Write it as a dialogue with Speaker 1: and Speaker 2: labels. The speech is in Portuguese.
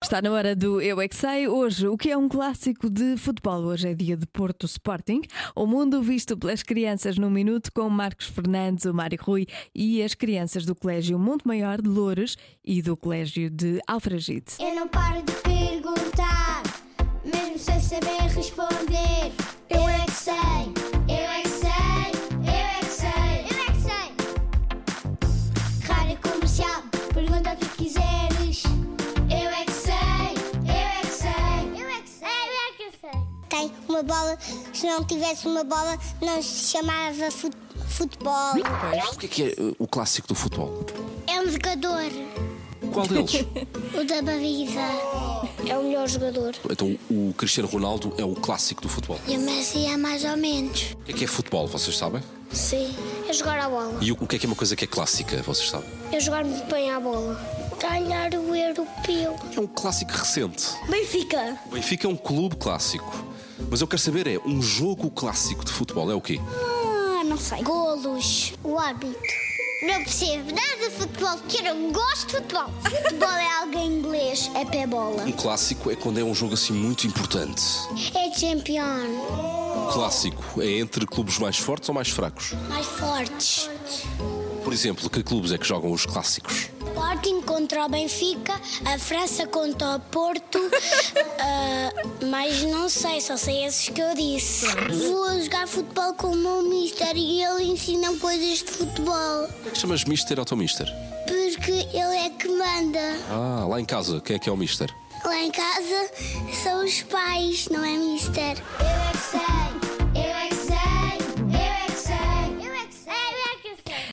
Speaker 1: Está na hora do Eu é que Sei. Hoje, o que é um clássico de futebol? Hoje é dia de Porto Sporting. O mundo visto pelas crianças no minuto com Marcos Fernandes, o Mário Rui e as crianças do Colégio Monte Maior de Loures e do Colégio de Alfragide.
Speaker 2: Eu não paro de perguntar, mesmo sem saber responder. Eu é que sei, eu é que sei, eu é que sei, eu é que sei. Rádio comercial, pergunta o que quiseres. Eu é que sei, eu é que sei, eu é que sei, eu é que sei. Tem uma bola, se não tivesse uma bola, não se chamava futebol.
Speaker 3: O que é, que é uh, o clássico do futebol?
Speaker 2: É um jogador,
Speaker 3: Qual deles?
Speaker 2: o da barriga. É o melhor jogador.
Speaker 3: então, o Cristiano Ronaldo é o clássico do futebol.
Speaker 2: E o Messi é mais ou menos.
Speaker 3: O que é que é futebol, vocês sabem?
Speaker 2: Sim. É jogar a bola.
Speaker 3: E o, o que é que é uma coisa que é clássica, vocês sabem?
Speaker 2: É jogar muito bem à bola. Ganhar o europeu.
Speaker 3: É um clássico recente.
Speaker 2: Benfica.
Speaker 3: O Benfica é um clube clássico. Mas eu quero saber, é um jogo clássico de futebol, é o quê?
Speaker 2: Ah, não sei. Golos. O hábito. Não percebo nada de futebol, porque eu não gosto de futebol. Futebol é algo em inglês, é pé bola.
Speaker 3: Um clássico é quando é um jogo assim muito importante.
Speaker 2: É campeão.
Speaker 3: Um clássico é entre clubes mais fortes ou mais fracos?
Speaker 2: Mais fortes.
Speaker 3: Por exemplo, que clubes é que jogam os clássicos?
Speaker 2: Sporting contra o Benfica, a França contra o Porto, ah, mas não sei, só sei esses que eu disse. Vou jogar futebol com o meu mister e ele ensina coisas de futebol,
Speaker 3: Como é que chamas Mister ou teu Mister?
Speaker 2: porque ele é que manda.
Speaker 3: Ah, lá em casa, quem é que é o Mister?
Speaker 2: Lá em casa são os pais, não é mister? Eu é que é sei, é